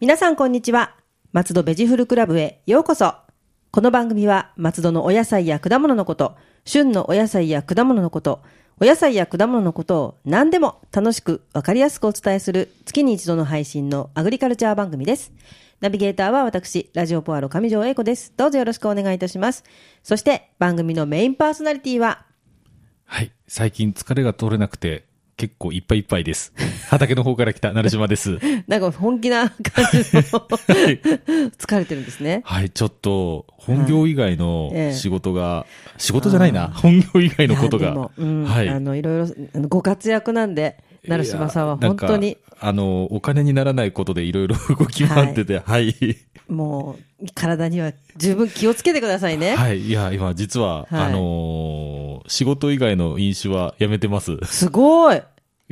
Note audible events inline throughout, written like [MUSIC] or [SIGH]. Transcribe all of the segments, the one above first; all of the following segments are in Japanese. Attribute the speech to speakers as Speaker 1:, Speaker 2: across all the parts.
Speaker 1: 皆さんこんにちは。松戸ベジフルクラブへようこそ。この番組は松戸のお野菜や果物のこと、旬のお野菜や果物のこと、お野菜や果物のことを何でも楽しくわかりやすくお伝えする月に一度の配信のアグリカルチャー番組です。ナビゲーターは私、ラジオポアロ上条英子です。どうぞよろしくお願いいたします。そして番組のメインパーソナリティは [LAUGHS]
Speaker 2: はい。最近疲れが取れなくて、結構いっぱいいっぱいです。 [LAUGHS] 畑の方から来た、成島です。
Speaker 1: なんか本気な感じの疲れてるんですね。
Speaker 2: はい。ちょっと、本業以外の
Speaker 1: ええ
Speaker 2: 仕事が、仕事じゃないな。本業以外のこと
Speaker 1: いやで
Speaker 2: が
Speaker 1: も。うん、
Speaker 2: はい。
Speaker 1: あのいろいろあのご活躍なんで成島さんはい
Speaker 2: や
Speaker 1: 本当。
Speaker 2: なん
Speaker 1: に
Speaker 2: かあの、お金にならないことでいろいろ [LAUGHS] 動き回ってて、はい。
Speaker 1: もう体には十分気をつけてくださいね、
Speaker 2: はい。いや、今、実は、
Speaker 1: はい
Speaker 2: あのー仕事以外の飲酒はやめてます。
Speaker 1: すごい
Speaker 2: い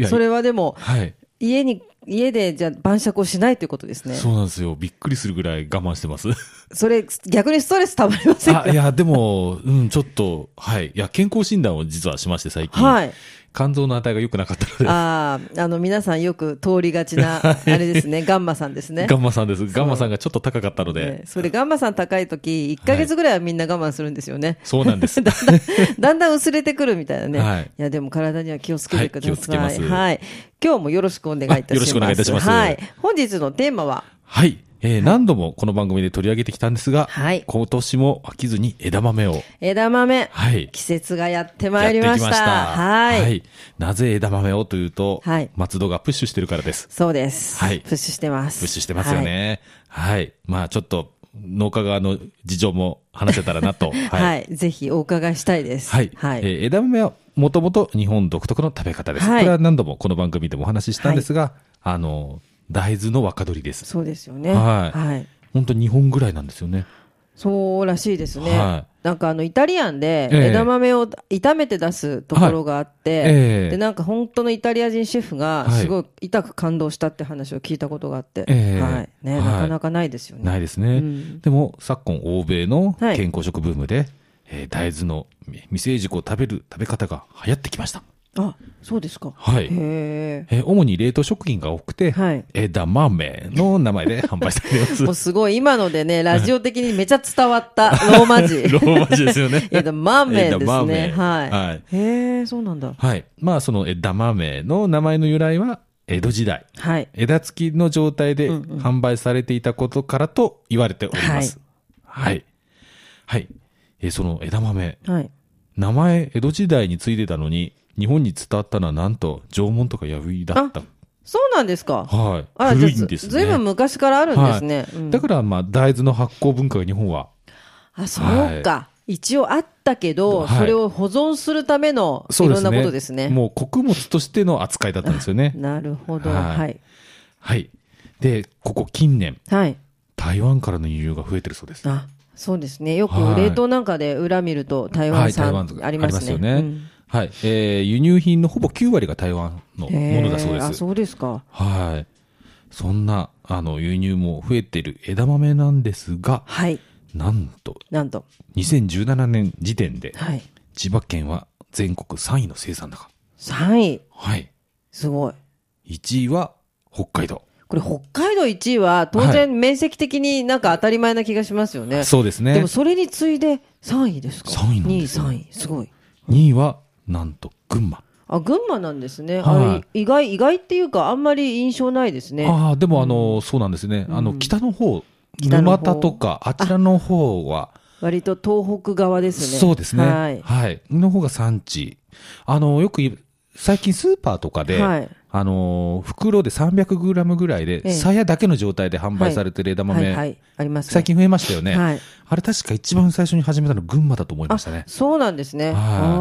Speaker 2: や
Speaker 1: それはでも
Speaker 2: はい。
Speaker 1: 家に家でじゃあ晩酌をしないということですね
Speaker 2: そうなんですよ。びっくりするぐらい我慢してます。
Speaker 1: それ逆にストレスたまりませんか
Speaker 2: あいや、でも、うん、ちょっと、はい。いや、健康診断を実はしまして、最近。
Speaker 1: はい
Speaker 2: 肝臓の値が良くなかったので。
Speaker 1: あーあの皆さんよく通りがち
Speaker 2: [LAUGHS]
Speaker 1: なあれですねガンマさんですね
Speaker 2: ガンマさんです。ガンマさんがちょっと高かったので。
Speaker 1: ねそれガンマさん高い時1ヶ月ぐらいはみんな我慢するんですよね、
Speaker 2: そうなん
Speaker 1: [LAUGHS]
Speaker 2: です。
Speaker 1: だんだん、だんだん薄れてくるみたいなね。
Speaker 2: はいい。
Speaker 1: や、でも体には気をつけてください。
Speaker 2: はい気をつけます
Speaker 1: はい今日もよろしくお願いいたします。
Speaker 2: あよろしくお願いいたします
Speaker 1: はい。本日のテーマは、
Speaker 2: はい。えー何度もこの番組で取り上げてきたんですが、
Speaker 1: はい
Speaker 2: 今年も飽きずに枝豆を、
Speaker 1: 枝豆。
Speaker 2: はい。
Speaker 1: 季節がやってまいりました。
Speaker 2: やってき
Speaker 1: はい,、
Speaker 2: なぜ枝豆をというと、
Speaker 1: はい
Speaker 2: 松戸がプッシュしてるからです。
Speaker 1: そうです。
Speaker 2: はい
Speaker 1: プッシュしてます。
Speaker 2: プッシュしてますよね。はい。まあ、ちょっと、農家側の事情も話せたら
Speaker 1: [LAUGHS]
Speaker 2: なと。
Speaker 1: はい。はい。ぜひお伺いしたいです。
Speaker 2: はい。
Speaker 1: はい。
Speaker 2: えー枝豆はもともと日本独特の食べ方です。
Speaker 1: はい
Speaker 2: これは何度もこの番組でもお話ししたんですが、あの、大豆の若鶏です。
Speaker 1: そうですよね。
Speaker 2: はい
Speaker 1: はい。
Speaker 2: 本当に2本ぐらいなんですよね。
Speaker 1: そうらしいですね。
Speaker 2: は
Speaker 1: なんかあのイタリアンで
Speaker 2: ええ
Speaker 1: 枝豆を炒めて出すところがあって、
Speaker 2: はいええ
Speaker 1: でなんか本当のイタリア人シェフが
Speaker 2: はい
Speaker 1: すごい痛く感動したって話を聞いたことがあって、
Speaker 2: ええ
Speaker 1: はいね、
Speaker 2: はい
Speaker 1: なかなかないですよね。
Speaker 2: ないですね。
Speaker 1: うん
Speaker 2: でも、昨今欧米の
Speaker 1: はい
Speaker 2: 健康食ブームで、えー大豆のみ未成熟を食べる食べ方が流行ってきました。
Speaker 1: あそうですか。
Speaker 2: はい。
Speaker 1: へ
Speaker 2: えー主に冷凍食品が多くて、
Speaker 1: はい
Speaker 2: 枝豆の名前で販売されてい
Speaker 1: [LAUGHS] え。
Speaker 2: ます
Speaker 1: もう。すごい今のでねラジオ的にめちゃ伝わ
Speaker 2: [LAUGHS]
Speaker 1: ったローマ字。。
Speaker 2: ローマ字ですよね
Speaker 1: [LAUGHS] 枝豆です
Speaker 2: 枝豆
Speaker 1: ね。はい。
Speaker 2: はい
Speaker 1: へえそうなんだ。
Speaker 2: はい。まあ、その枝豆の名前の由来は、江戸時代、
Speaker 1: はい。
Speaker 2: 枝付きの状態で販売されていたことからと言われております。はい。はい。えーその枝豆、
Speaker 1: はい。
Speaker 2: 名前、江戸時代についてたのに、日本に伝わったのはなんと、縄文とか弥生だった。
Speaker 1: そうなんですか。
Speaker 2: はい。
Speaker 1: あ
Speaker 2: 古い
Speaker 1: じゃ
Speaker 2: ん
Speaker 1: あず
Speaker 2: ですね。
Speaker 1: ずいぶん昔からあるんですね。
Speaker 2: はい
Speaker 1: うん
Speaker 2: だから、まあ、大豆の発酵文化が日本は、
Speaker 1: あそうか、一応あったけど、
Speaker 2: はい
Speaker 1: それを保存するためのいろんなことですね。
Speaker 2: もう穀物としての扱いだったんですよね。
Speaker 1: なるほど、
Speaker 2: はい
Speaker 1: はい、
Speaker 2: はい。で、ここ近年、
Speaker 1: はい、
Speaker 2: 台湾からの輸入が増えてるそうです。
Speaker 1: あそうですね、よく
Speaker 2: はい
Speaker 1: 冷凍なんかで裏見ると、台湾
Speaker 2: はい、台
Speaker 1: 産
Speaker 2: 湾とか
Speaker 1: ありますね。
Speaker 2: よね。はい。えー輸入品のほぼ9割が台湾の
Speaker 1: うんへー
Speaker 2: ものだそうで
Speaker 1: あ
Speaker 2: す。
Speaker 1: そうですか、
Speaker 2: はい。そんな、あの、輸入も増えてる枝豆なんですが、
Speaker 1: はい、
Speaker 2: なんと、
Speaker 1: なんと、
Speaker 2: 2017年時点で、
Speaker 1: はい、
Speaker 2: 千葉県は全国3位の生産高。
Speaker 1: 3位、
Speaker 2: はい。
Speaker 1: すごい。
Speaker 2: 1位は北海道。
Speaker 1: これ、北海道1位は、当
Speaker 2: はい
Speaker 1: 然、面積的になんか当たり前な気がしますよね。
Speaker 2: そうです
Speaker 1: で
Speaker 2: ね
Speaker 1: も、。それに次いで3位ですか、
Speaker 2: 三位なんですよ
Speaker 1: 2位、3位、すごい。
Speaker 2: 2位は、なんと、群馬。
Speaker 1: あ群馬なんですね、
Speaker 2: はい
Speaker 1: あれ意外意外っていうかあんまり印象ないですね
Speaker 2: ああ、でもあの、そうなんですね。あの、北の方、
Speaker 1: 北の方
Speaker 2: 沼田とか、あちらの方は、
Speaker 1: 割と東北側ですね
Speaker 2: そうですね。
Speaker 1: は
Speaker 2: はいい。、の方が産地。あの、よく言う、最近スーパーとかで、
Speaker 1: はい
Speaker 2: あの、袋で300グラムぐらいで、
Speaker 1: ええ
Speaker 2: 鞘だけの状態で販売されてる枝豆、
Speaker 1: はいはいありますね
Speaker 2: 最近増えましたよね。
Speaker 1: はい
Speaker 2: あれ確か一番最初に始めたの群馬だと思いましたね。
Speaker 1: そうなんですね
Speaker 2: はい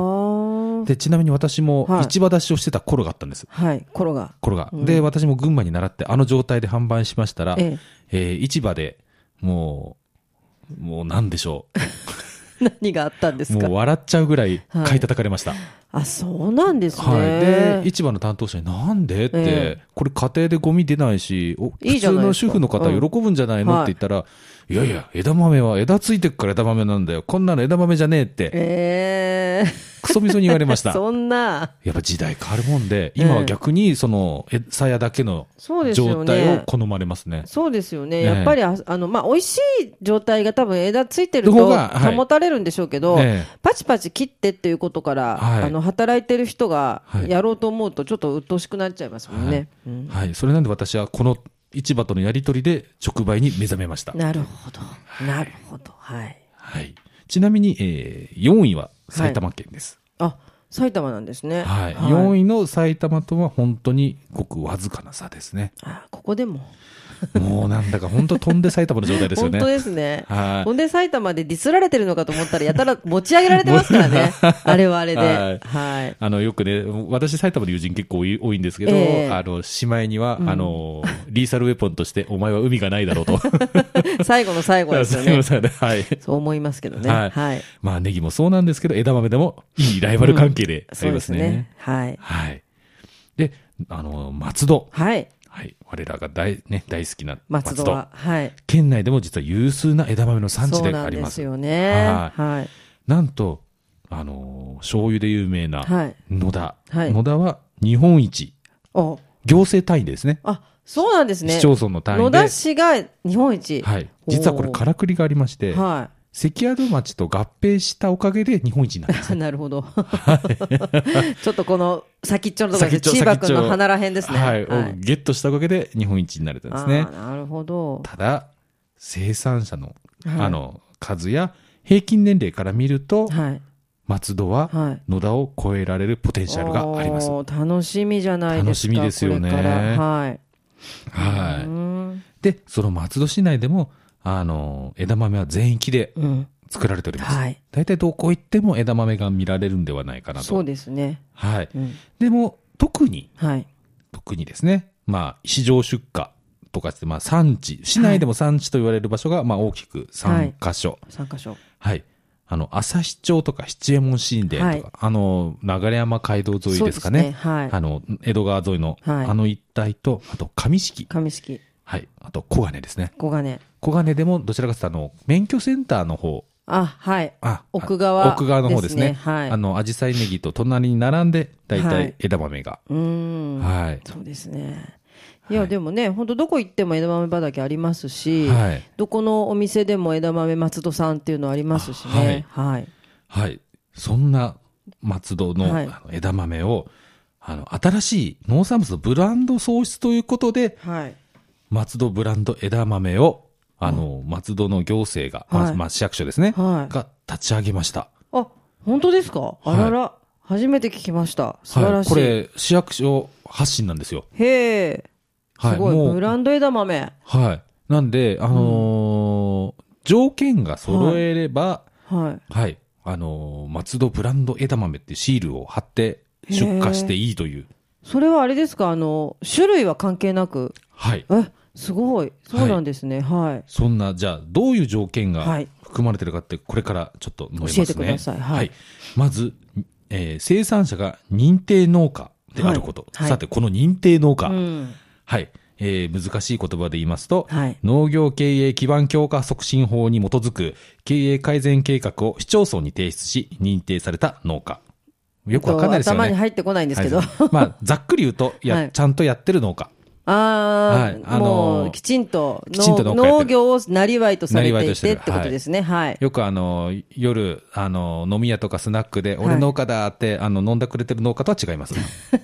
Speaker 1: ああ
Speaker 2: で、ちなみに私も
Speaker 1: はい
Speaker 2: 市場出しをしてた頃があったんです。
Speaker 1: はい頃が
Speaker 2: 頃が。で、私も群馬に習って、あの状態で販売しましたら、
Speaker 1: え [LAUGHS]
Speaker 2: えー市場でもう、もうなんでしょ
Speaker 1: 何があったんで
Speaker 2: う。
Speaker 1: すか
Speaker 2: もう笑っちゃうぐらい
Speaker 1: はい
Speaker 2: 買い叩かれました。
Speaker 1: あそうなんですね、
Speaker 2: はい、で市場の担当者に、なんでって、
Speaker 1: え
Speaker 2: これ、家庭でゴミ出ないし、お
Speaker 1: いい
Speaker 2: 普
Speaker 1: じゃ
Speaker 2: 通
Speaker 1: ない
Speaker 2: の
Speaker 1: ですか
Speaker 2: 主婦の方、
Speaker 1: うん
Speaker 2: 喜ぶんじゃないの、
Speaker 1: はい
Speaker 2: って言ったら、いやいや、枝豆は枝ついてくから枝豆なんだよ、こんなの枝豆じゃねえって、
Speaker 1: えね。
Speaker 2: クソみそに言われまし
Speaker 1: [LAUGHS]
Speaker 2: た。
Speaker 1: そんな。
Speaker 2: やっぱ時代変わるもんで、今は逆にその、え、さやだけの
Speaker 1: そうですよ
Speaker 2: 状
Speaker 1: ね
Speaker 2: 態を好まれますね。
Speaker 1: そうですよね、
Speaker 2: ええ
Speaker 1: やっぱりああの、まあ、美味しい状態が多分枝ついてる
Speaker 2: の方
Speaker 1: と
Speaker 2: がはい
Speaker 1: 保たれるんでしょうけど、
Speaker 2: ええ
Speaker 1: パチパチ切ってっていうことから、
Speaker 2: はい
Speaker 1: あの働いてる人が
Speaker 2: はい
Speaker 1: やろうと思うと、ちょっと鬱陶しくなっちゃいますもんね。うん
Speaker 2: はい。それなんで私はこの市場とのやりとりで直売に目覚めました。
Speaker 1: なるほど、なるほど、はい。
Speaker 2: はい。ちなみに、えー、4位は埼玉県です。
Speaker 1: あ埼玉なんですね。
Speaker 2: はい。
Speaker 1: い
Speaker 2: 4位の埼玉とは本当にごくわずかな差です
Speaker 1: [LAUGHS]
Speaker 2: ね。
Speaker 1: あここでも、
Speaker 2: もうなんだか本当飛んで埼玉の状態ですよ
Speaker 1: 本
Speaker 2: ね。
Speaker 1: 当ですね。
Speaker 2: はい
Speaker 1: ほんで埼玉でディスられてるのかと思ったら、やたら持ち上げられてますから
Speaker 2: [LAUGHS]
Speaker 1: ね、あれはあれで。
Speaker 2: はい
Speaker 1: はい
Speaker 2: あの、よくね、私、埼玉の友人結構多い多いんですけど、
Speaker 1: ええ
Speaker 2: あの、しまいには、あの、リーサルウェポンとして、お前は海がないだろ
Speaker 1: [LAUGHS]
Speaker 2: うと。
Speaker 1: 最後の最後ですよ
Speaker 2: すい
Speaker 1: ね
Speaker 2: ま。せんねはい。
Speaker 1: そう思いますけどね。
Speaker 2: はい
Speaker 1: はい
Speaker 2: まあ、ネギもそうなんですけど、枝豆でもいいライバル関係であ
Speaker 1: そ
Speaker 2: り
Speaker 1: う
Speaker 2: ま
Speaker 1: ですす
Speaker 2: ね。
Speaker 1: ね。はい。
Speaker 2: はい。で、あの、松戸。
Speaker 1: はい。
Speaker 2: はい。我らが大、ね、大好きな松
Speaker 1: 松
Speaker 2: 戸。
Speaker 1: 戸は。はい。
Speaker 2: 県内でも実は有数な枝豆の産地
Speaker 1: そう
Speaker 2: で
Speaker 1: な
Speaker 2: あ
Speaker 1: ん
Speaker 2: り
Speaker 1: で
Speaker 2: ますす。
Speaker 1: よね。
Speaker 2: はい
Speaker 1: はい。
Speaker 2: なんと、あのー醤油で有名な
Speaker 1: はい
Speaker 2: 野田。
Speaker 1: はい
Speaker 2: 野田は日本一。
Speaker 1: お、
Speaker 2: 行政単位ですね。
Speaker 1: あ、そうなんですね。
Speaker 2: 市町村の単位
Speaker 1: 野
Speaker 2: で。
Speaker 1: 田市が日本一。
Speaker 2: はい。実はこれ、からくりがありまして、
Speaker 1: は
Speaker 2: 関宿町と合併したおかげで日本一になったんです。
Speaker 1: い。
Speaker 2: [LAUGHS]
Speaker 1: なるほど。 [LAUGHS] ちょっとこの先っちょのところで、千葉君の鼻らへんですね。
Speaker 2: はい。をゲットしたおかげで日本一になれたんですね
Speaker 1: あー。なるほど。
Speaker 2: ただ、生産者の、
Speaker 1: はい
Speaker 2: あの、数や平均年齢から見ると、
Speaker 1: はい。
Speaker 2: 松戸は
Speaker 1: はい。
Speaker 2: 野田を超えられるポテンシャルがあります。
Speaker 1: おー楽しみじゃないですか。
Speaker 2: 楽しみですよね
Speaker 1: これからはい。
Speaker 2: は
Speaker 1: う
Speaker 2: い。
Speaker 1: ん
Speaker 2: で、その松戸市内でも、あの、枝豆は全域で
Speaker 1: うん。
Speaker 2: 作られております。
Speaker 1: はい。
Speaker 2: 大体どこ行っても枝豆が見られるんではないかな
Speaker 1: そう
Speaker 2: と。
Speaker 1: ですね。
Speaker 2: はい。
Speaker 1: うん。
Speaker 2: でも、特に、
Speaker 1: はい。
Speaker 2: 特にですね、まあ、市場出荷とかして、まあ、産地、市内でも産地と言われる場所が、まあ、大きく3箇所。
Speaker 1: 三箇所。
Speaker 2: はい。あの、旭町とか七右衛門神殿とか、
Speaker 1: はい
Speaker 2: あの、流山街道沿いですかね。
Speaker 1: そうですねはい
Speaker 2: あの、江戸川沿いの、
Speaker 1: はい
Speaker 2: あの一帯と、あと、上敷。
Speaker 1: 上敷、
Speaker 2: はい。あと、小金ですね。
Speaker 1: 小金。
Speaker 2: 小金でも、どちらかというと、あの、免許センターの方、
Speaker 1: あ、はい。
Speaker 2: あ、
Speaker 1: 奥側
Speaker 2: あ奥側の方です
Speaker 1: で
Speaker 2: ね。
Speaker 1: すねはい
Speaker 2: あの、アジサイネギと隣に並んで、だいた
Speaker 1: はいい
Speaker 2: 枝豆が。
Speaker 1: うーん。
Speaker 2: はい。
Speaker 1: そうですね。
Speaker 2: はい
Speaker 1: いや、でもね、本当どこ行っても枝豆畑ありますし、
Speaker 2: はい
Speaker 1: どこのお店でも枝豆松戸さんっていうのありますしね。はい。
Speaker 2: はい。そんな松戸の,、
Speaker 1: はい
Speaker 2: あの枝豆を、あの、新しい農産物のブランド創出ということで、
Speaker 1: はい。
Speaker 2: 松戸ブランド枝豆を、あの、松戸の行政が、まあ
Speaker 1: はい
Speaker 2: まあ、市役所ですね、
Speaker 1: はい
Speaker 2: が立ち上げました。
Speaker 1: あ、本当ですかあらら、初めて聞きました。素晴らしい。
Speaker 2: これ、市役所発信なんですよ。
Speaker 1: へえ。
Speaker 2: はい。
Speaker 1: すごい、
Speaker 2: も
Speaker 1: ブ
Speaker 2: う、
Speaker 1: ランド枝豆。
Speaker 2: はい。なんで、あのー条件が揃えれば、
Speaker 1: はい。
Speaker 2: はい、あのー松戸ブランド枝豆ってシールを貼って出荷していいという。
Speaker 1: それはあれですかあの、種類は関係なく。
Speaker 2: はい。
Speaker 1: え、すごい。そうなんですね。はい
Speaker 2: そんな、じゃあ、どういう条件
Speaker 1: は
Speaker 2: が
Speaker 1: い
Speaker 2: 含まれてるかって、これからちょっと述べますね。
Speaker 1: 教えてくださいはい
Speaker 2: まず、えー生産者が認定農家であること。
Speaker 1: はいはい
Speaker 2: さて、この認定農家。
Speaker 1: うん。
Speaker 2: はい。えー難しい言葉で言いますと、
Speaker 1: はい
Speaker 2: 農業経営基盤強化促進法に基づく経営改善計画を市町村に提出し、認定された農家。よくわかんないですよね。
Speaker 1: 頭に入ってこないんですけど。
Speaker 2: はいまあ、ざっくり言う
Speaker 1: [LAUGHS]
Speaker 2: と、いや、
Speaker 1: はい
Speaker 2: ちゃんとやってる農家。
Speaker 1: あ
Speaker 2: はい
Speaker 1: ー、
Speaker 2: あのー
Speaker 1: もうきちんと
Speaker 2: きちんと
Speaker 1: 農
Speaker 2: 農家やってる
Speaker 1: 農業をなりわいとされ
Speaker 2: 生
Speaker 1: て
Speaker 2: 業
Speaker 1: い
Speaker 2: して
Speaker 1: て
Speaker 2: る
Speaker 1: ってことですね。はい。
Speaker 2: よくあの、夜、あの、飲み屋とかスナックで、
Speaker 1: はい
Speaker 2: 俺農家だって、あの、飲んだくれてる農家とは違
Speaker 1: [LAUGHS]
Speaker 2: います。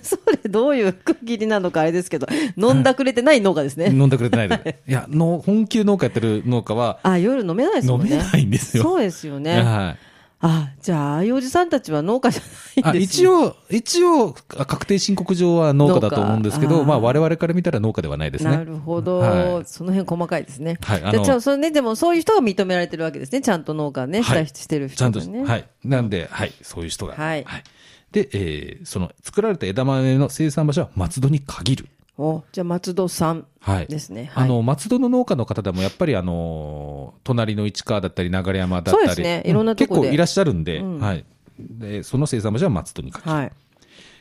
Speaker 1: それどういう区切りなのかあれですけど、飲んだくれてない農家ですね。
Speaker 2: 飲んだくれてないで。いや、の、本気で農家やってる農家は、
Speaker 1: あ、夜飲めないです
Speaker 2: 飲
Speaker 1: もん
Speaker 2: め
Speaker 1: ね。
Speaker 2: ないんですよ。
Speaker 1: そうですよね。
Speaker 2: はい。
Speaker 1: あ、じゃあ、ああいうおじさんたちは農家じゃな
Speaker 2: あ
Speaker 1: いんです
Speaker 2: 一
Speaker 1: ね。
Speaker 2: 応、一応、確定申告上は農家だと思うんですけ
Speaker 1: 農
Speaker 2: ど、
Speaker 1: 家
Speaker 2: まあ、我々から見たら農家ではないですね。
Speaker 1: なるほど、
Speaker 2: はい
Speaker 1: その辺細かいですね。
Speaker 2: はいあの
Speaker 1: じゃあじゃあそれね、でもそういう人が認められてるわけですね。ちゃんと農家ね、
Speaker 2: はい
Speaker 1: 退出してる
Speaker 2: ち
Speaker 1: 人
Speaker 2: ゃんと
Speaker 1: が
Speaker 2: し、
Speaker 1: ね。
Speaker 2: はい。なんで、はい、そういう人が。
Speaker 1: はい
Speaker 2: で、えーその、作られた枝豆の生産場所は松戸に限る。
Speaker 1: おじゃあ、松戸さん
Speaker 2: はい。
Speaker 1: ですね。はい
Speaker 2: あの、松戸の農家の方でも、やっぱりあのー、隣の市川だったり、流山だったり。
Speaker 1: そうですねいろんなとこで
Speaker 2: う結構いらっしゃるんで、はい。で、その生産場所は松戸に限る。
Speaker 1: はい。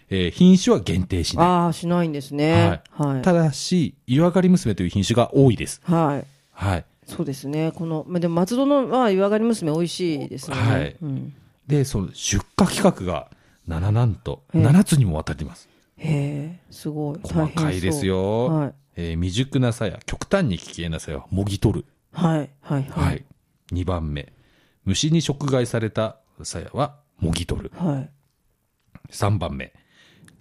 Speaker 2: えー品種は限定しな
Speaker 1: ああ、しないんです
Speaker 2: い。
Speaker 1: ね。
Speaker 2: は。
Speaker 1: はいい。
Speaker 2: ただし、湯上がり娘という品種が多いです。
Speaker 1: はい。
Speaker 2: はい。
Speaker 1: そうですね。この、まあ、でも松戸のは湯上がり娘美味しいですよね。
Speaker 2: はい
Speaker 1: うん
Speaker 2: で、その出荷企画が、なななんと、
Speaker 1: うん
Speaker 2: 7つにもわたります。
Speaker 1: へえ、すごい。
Speaker 2: 細かいですよ。
Speaker 1: はい
Speaker 2: えー未熟なさや、極端に危険なさや、もぎ取る。
Speaker 1: はい、はい、は。
Speaker 2: はいい。2番目、虫に食害されたさやは、もぎ取る。
Speaker 1: はい。
Speaker 2: 3番目、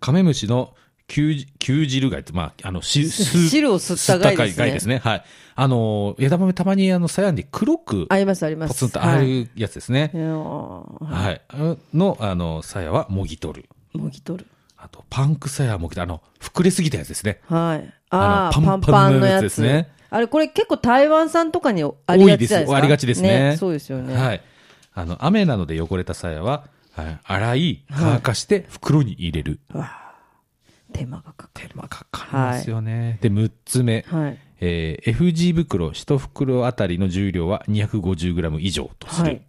Speaker 2: カメムシの旧旧汁害って、まあ、あの、し
Speaker 1: [LAUGHS]
Speaker 2: す
Speaker 1: 汁を吸った害ですね
Speaker 2: 吸っはい。あの、枝豆たまにあの、さやんで黒く、
Speaker 1: あります、ありま
Speaker 2: ポ
Speaker 1: す。
Speaker 2: ツンとあ
Speaker 1: はい
Speaker 2: るやつですね。
Speaker 1: いやーは
Speaker 2: はい。の、あの、さやはもぎ取る。
Speaker 1: いもぎ取る。
Speaker 2: あと、パンクさやもぎ取る。あの、膨れすぎたやつですね。
Speaker 1: はい。ああ、
Speaker 2: あ
Speaker 1: パ
Speaker 2: のパ
Speaker 1: ン
Speaker 2: ン
Speaker 1: パ
Speaker 2: パ
Speaker 1: ン
Speaker 2: ン
Speaker 1: の
Speaker 2: の
Speaker 1: や
Speaker 2: や
Speaker 1: つ
Speaker 2: つですね
Speaker 1: あれ、これ結構台湾産とかにありがちじゃないですか。
Speaker 2: 多いですありがちですね
Speaker 1: そうですよね。
Speaker 2: はい。あの、雨などで汚れたさやは、はい洗い、乾かして袋に入れる。
Speaker 1: うわあ手間がかかる。
Speaker 2: まあ、かかりますよね。で、6つ目。
Speaker 1: はい。
Speaker 2: えー FG 袋1袋あたりの重量は 250g 以上とする。
Speaker 1: はい。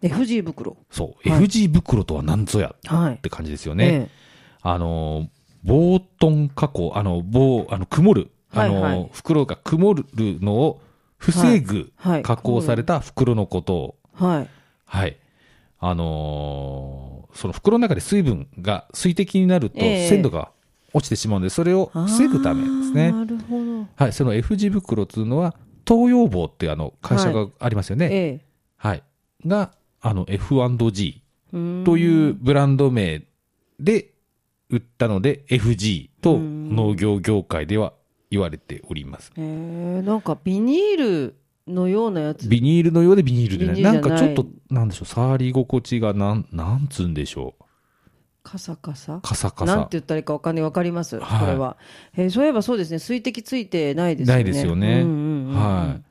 Speaker 1: で、藤井袋。
Speaker 2: そう。
Speaker 1: はい
Speaker 2: FG 袋とは何ぞやっ
Speaker 1: はい。
Speaker 2: て感じですよね。
Speaker 1: ええ
Speaker 2: あの、ボートン加工、あの、棒、あの、曇る、あの、
Speaker 1: はいはい
Speaker 2: 袋が曇るのを防ぐ
Speaker 1: はいはい
Speaker 2: 加工された袋のことを、
Speaker 1: はい。
Speaker 2: はい。あのーその袋の中で水分が水滴になると
Speaker 1: ええ
Speaker 2: 鮮度が落ちてしまうので、それを防ぐためで
Speaker 1: あ
Speaker 2: すね
Speaker 1: ー。なるほど。
Speaker 2: はい、その F 字袋というのは、東洋坊っていうあの会社がありますよね。
Speaker 1: ええ
Speaker 2: はい。が、あの F&G
Speaker 1: うーん
Speaker 2: というブランド名で売ったので、FG と農業業界では言われております。
Speaker 1: えー、なんかビニールのようなやつ。
Speaker 2: ビニールのようでビニールでない。
Speaker 1: ビニール
Speaker 2: なん
Speaker 1: じゃ
Speaker 2: か
Speaker 1: ない
Speaker 2: ちょっと、なんでしょう、触り心地がなん、なんつうんでしょう。
Speaker 1: カサカサ
Speaker 2: カサカ
Speaker 1: なん
Speaker 2: サ
Speaker 1: て。言ったらいいかわかんない。わかります。
Speaker 2: はい
Speaker 1: これは。えー、そういえばそうですね。水滴ついてないですよね。
Speaker 2: ないですよ
Speaker 1: うん
Speaker 2: ね。
Speaker 1: うんうんうん
Speaker 2: はい。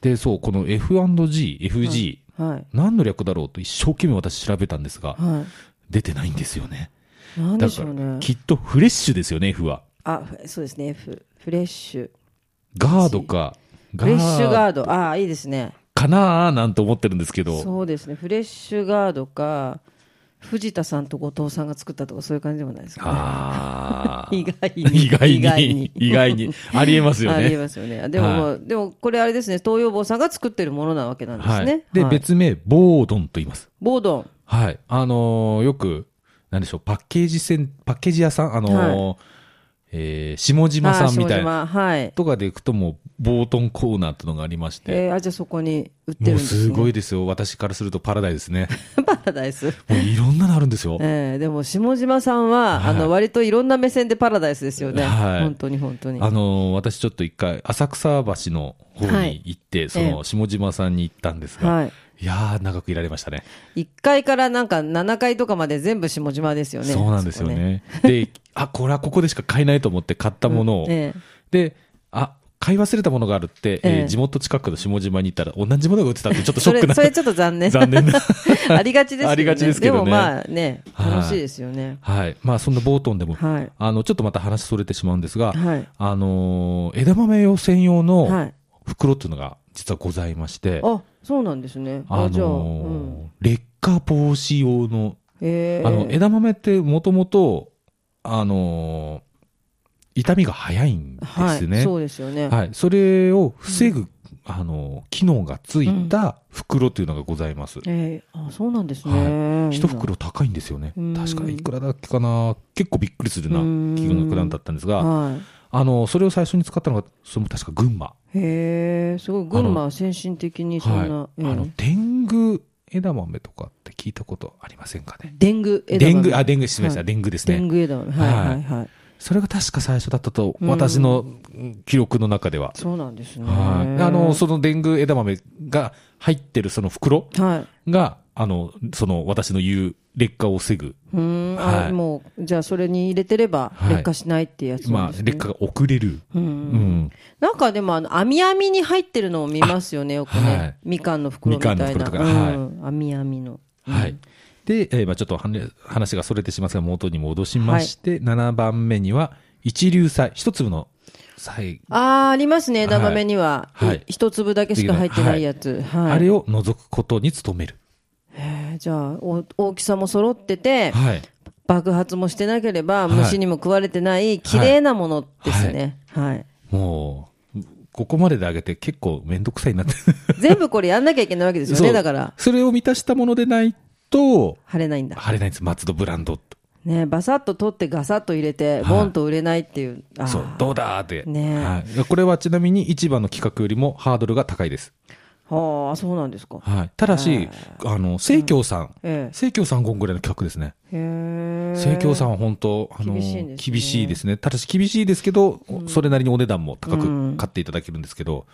Speaker 2: で、そう、この F&G、FG、
Speaker 1: はい。
Speaker 2: 何の略だろうと一生懸命私調べたんですが、
Speaker 1: は
Speaker 2: 出てないんですよね。
Speaker 1: い。なんで
Speaker 2: だ
Speaker 1: し
Speaker 2: か
Speaker 1: ょう
Speaker 2: ら、
Speaker 1: ね。
Speaker 2: きっとフレッシュですよね、F は。
Speaker 1: あ、ふそうですね。フフレッシュ。
Speaker 2: ガードか、
Speaker 1: フレッシュガード。ああ、いいですね。
Speaker 2: かなーなんて思ってるんですけど。
Speaker 1: そうですね。フレッシュガードか、藤田さんと後藤さんが作ったとか、そういう感じでもないですか、ね。
Speaker 2: あー
Speaker 1: [LAUGHS] 意外に。
Speaker 2: 意外に。意外に。ありえます
Speaker 1: [LAUGHS]
Speaker 2: よ
Speaker 1: ありえ
Speaker 2: ね。
Speaker 1: ますよね。あでも、
Speaker 2: は
Speaker 1: でもこれあれですね、東洋坊さんが作ってるものなわけなんです
Speaker 2: はい
Speaker 1: ね。。
Speaker 2: で、
Speaker 1: はい
Speaker 2: 別名、ボードンと言います。
Speaker 1: ボードン。
Speaker 2: はい。あのーよく、なんでしょう、パッケージせんパッケージ屋さん、あのーえー下島さ
Speaker 1: あ
Speaker 2: んみたいな。
Speaker 1: 下島はい。
Speaker 2: とかで行くともう、ボートンコーナーってのがありまして、
Speaker 1: えー、あ、じゃあそこに売ってるん
Speaker 2: もう
Speaker 1: です、ね。
Speaker 2: すご
Speaker 1: い。
Speaker 2: いですよ。私からするとパラダイスね。
Speaker 1: [LAUGHS] パラダイス。
Speaker 2: もういろんなのあるんですよ。
Speaker 1: えー、でも下島さんは、
Speaker 2: はい
Speaker 1: あの割といろんな目線でパラダイスですよね、
Speaker 2: はい
Speaker 1: 本当に本当に
Speaker 2: あのー私ちょっと一回、浅草橋の方に行って、そ
Speaker 1: ええ
Speaker 2: の、下島さんに行ったんですが、、
Speaker 1: はい
Speaker 2: やー、長くいられましたね。
Speaker 1: い、1階からなんか7階とかまで全部下島ですよね、
Speaker 2: そうなんですよ
Speaker 1: そこ
Speaker 2: ね。で、あ、これはここでしか買えないと思って買ったものを、
Speaker 1: うんええ
Speaker 2: で、あ、買い忘れたものがあるって、えー
Speaker 1: ええ
Speaker 2: 地元近くの下島に行ったら同じものが売ってたってちょっとシ
Speaker 1: そ
Speaker 2: ョック
Speaker 1: れ
Speaker 2: な
Speaker 1: それちょっと残念
Speaker 2: [LAUGHS] 残念な。
Speaker 1: ありがちですけどね
Speaker 2: ありがちですけどね
Speaker 1: もまあね
Speaker 2: はい
Speaker 1: 楽しいですよね
Speaker 2: はい。まあ、そんなボートンでも、
Speaker 1: はい
Speaker 2: あの、ちょっとまた話それてしまうんですが、
Speaker 1: はい
Speaker 2: あのー枝豆用専用
Speaker 1: は
Speaker 2: の
Speaker 1: い
Speaker 2: 袋っていうのが実はございまして、
Speaker 1: あそうなんですねあ、
Speaker 2: あの
Speaker 1: じゃあ、う
Speaker 2: ー
Speaker 1: ん、
Speaker 2: 劣化防止用の、
Speaker 1: えー、
Speaker 2: あの、枝豆ってもともと、あのー傷みが早いんです
Speaker 1: はい、
Speaker 2: ね。
Speaker 1: そうですよね、
Speaker 2: はい。それを防ぐ、あのー、機能がついた袋というのがございます。
Speaker 1: えー、あそうなんですね、
Speaker 2: はいい、
Speaker 1: い
Speaker 2: 一
Speaker 1: な
Speaker 2: 袋高いんですよね
Speaker 1: うん。
Speaker 2: 確かいくらだっけかな。結構びっくりするな、金額なんだったんですが、
Speaker 1: はい
Speaker 2: あの、それを最初に使ったのが、それも確か群馬。
Speaker 1: へえ、すごい、群馬は先進的にそんな、
Speaker 2: はい。
Speaker 1: うん
Speaker 2: あの、天狗枝豆とかって聞いたことありませんかね。
Speaker 1: デング枝
Speaker 2: デン
Speaker 1: 豆。
Speaker 2: グ、あ、デング失礼しました。
Speaker 1: はい
Speaker 2: デングです
Speaker 1: デ
Speaker 2: ね
Speaker 1: ン。グ枝豆。はいはいはい。
Speaker 2: それが確か最初だったと、私のうん記憶の中では。
Speaker 1: そうなんですね。
Speaker 2: はい。あの、そのデング枝豆が入ってるその袋
Speaker 1: はい。
Speaker 2: が、あの、その私の言う劣化を防ぐ。
Speaker 1: うーん、
Speaker 2: は
Speaker 1: あ
Speaker 2: い
Speaker 1: もう、じゃあそれに入れてれば
Speaker 2: はい
Speaker 1: 劣化しないっていうやつな
Speaker 2: ま
Speaker 1: ん
Speaker 2: あ
Speaker 1: です、ね。
Speaker 2: 劣化が遅れる。
Speaker 1: う。
Speaker 2: うんん。
Speaker 1: なんかでも、あの、網網に入ってるのを見ますよね、よく
Speaker 2: は
Speaker 1: ね
Speaker 2: い。
Speaker 1: みかんの袋みたいな。
Speaker 2: みかんの袋とかはい
Speaker 1: うん網網の。
Speaker 2: はい。で、えーまあちょっとはね話がそれてしまいますが、元に戻しまして、7番目には、一粒菜、一粒の菜、
Speaker 1: ああ、ありますね、枝豆には。
Speaker 2: はいはい
Speaker 1: い一粒だけしか入ってないやつ。はい。
Speaker 2: あれを除くことに努める。
Speaker 1: へーじゃあ、お大きさも揃ってて、
Speaker 2: はい。
Speaker 1: 爆発もしてなければ、
Speaker 2: はい
Speaker 1: 虫にも食われてない、綺麗なものですね。はい。
Speaker 2: もう、ここまでで上げて結構めんどくさいなって。
Speaker 1: 全部これやんなきゃいけないわけですよ
Speaker 2: そ
Speaker 1: ね、
Speaker 2: う
Speaker 1: だから。
Speaker 2: それを満たしたものでないと、
Speaker 1: 晴れないんだ。
Speaker 2: 晴れないんです、松戸ブランドと。
Speaker 1: ねバサッと取ってガサッと入れて、ボンと売れないっていう。あ
Speaker 2: そう、どうだーって。
Speaker 1: ねえ
Speaker 2: はい。これはちなみに市場の企画よりもハードルが高いです。
Speaker 1: はあ、そうなんですか。
Speaker 2: はい。ただし、あの、生協さん。
Speaker 1: え
Speaker 2: 生協さん今ぐらいの企画ですね。
Speaker 1: え。へえ。
Speaker 2: 生協さんは本当、あの、
Speaker 1: 厳しいんですね
Speaker 2: 厳しいですね。ただし厳しいですけど、それなりにお値段も高く買っていただけるんですけど、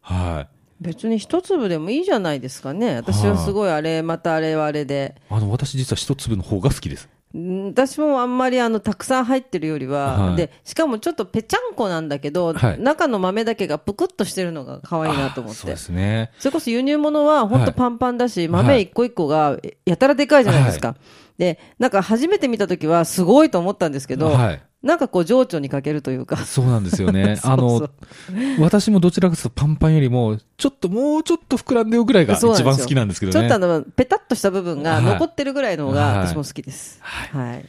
Speaker 2: はい。
Speaker 1: 別に一粒でもいいじゃないですかね。私はすごいあれ、またあれはあれで。
Speaker 2: あの、私実は一粒の方が好きです。
Speaker 1: うん私もあんまりあのたくさん入ってるよりは、
Speaker 2: はい
Speaker 1: でしかもちょっとぺちゃんこなんだけど、
Speaker 2: はい
Speaker 1: 中の豆だけがぷくっとしてるのが可愛いなと思っ
Speaker 2: そう
Speaker 1: て
Speaker 2: ですね。
Speaker 1: それこそ輸入物は本
Speaker 2: は
Speaker 1: 当
Speaker 2: い
Speaker 1: パンパンだし、
Speaker 2: は
Speaker 1: 豆
Speaker 2: い
Speaker 1: 一個一個がやたらでかいじゃないですか。で、なんか初めて見た時はすごいと思ったんですけど、
Speaker 2: はい。
Speaker 1: なんかこう情緒にかけるというか、
Speaker 2: そうなんですよね。
Speaker 1: [LAUGHS] そうそう
Speaker 2: あの、私もどちらかというとパンパンよりも、ちょっともうちょっと膨らんでよぐらいが
Speaker 1: そうなんで
Speaker 2: 一
Speaker 1: すよ
Speaker 2: 番好きなんですけど
Speaker 1: ちょっとあ
Speaker 2: ね。
Speaker 1: の、ペタッとした部分が
Speaker 2: はい
Speaker 1: 残ってるぐらいの方が
Speaker 2: はい
Speaker 1: 私も好きです。はい。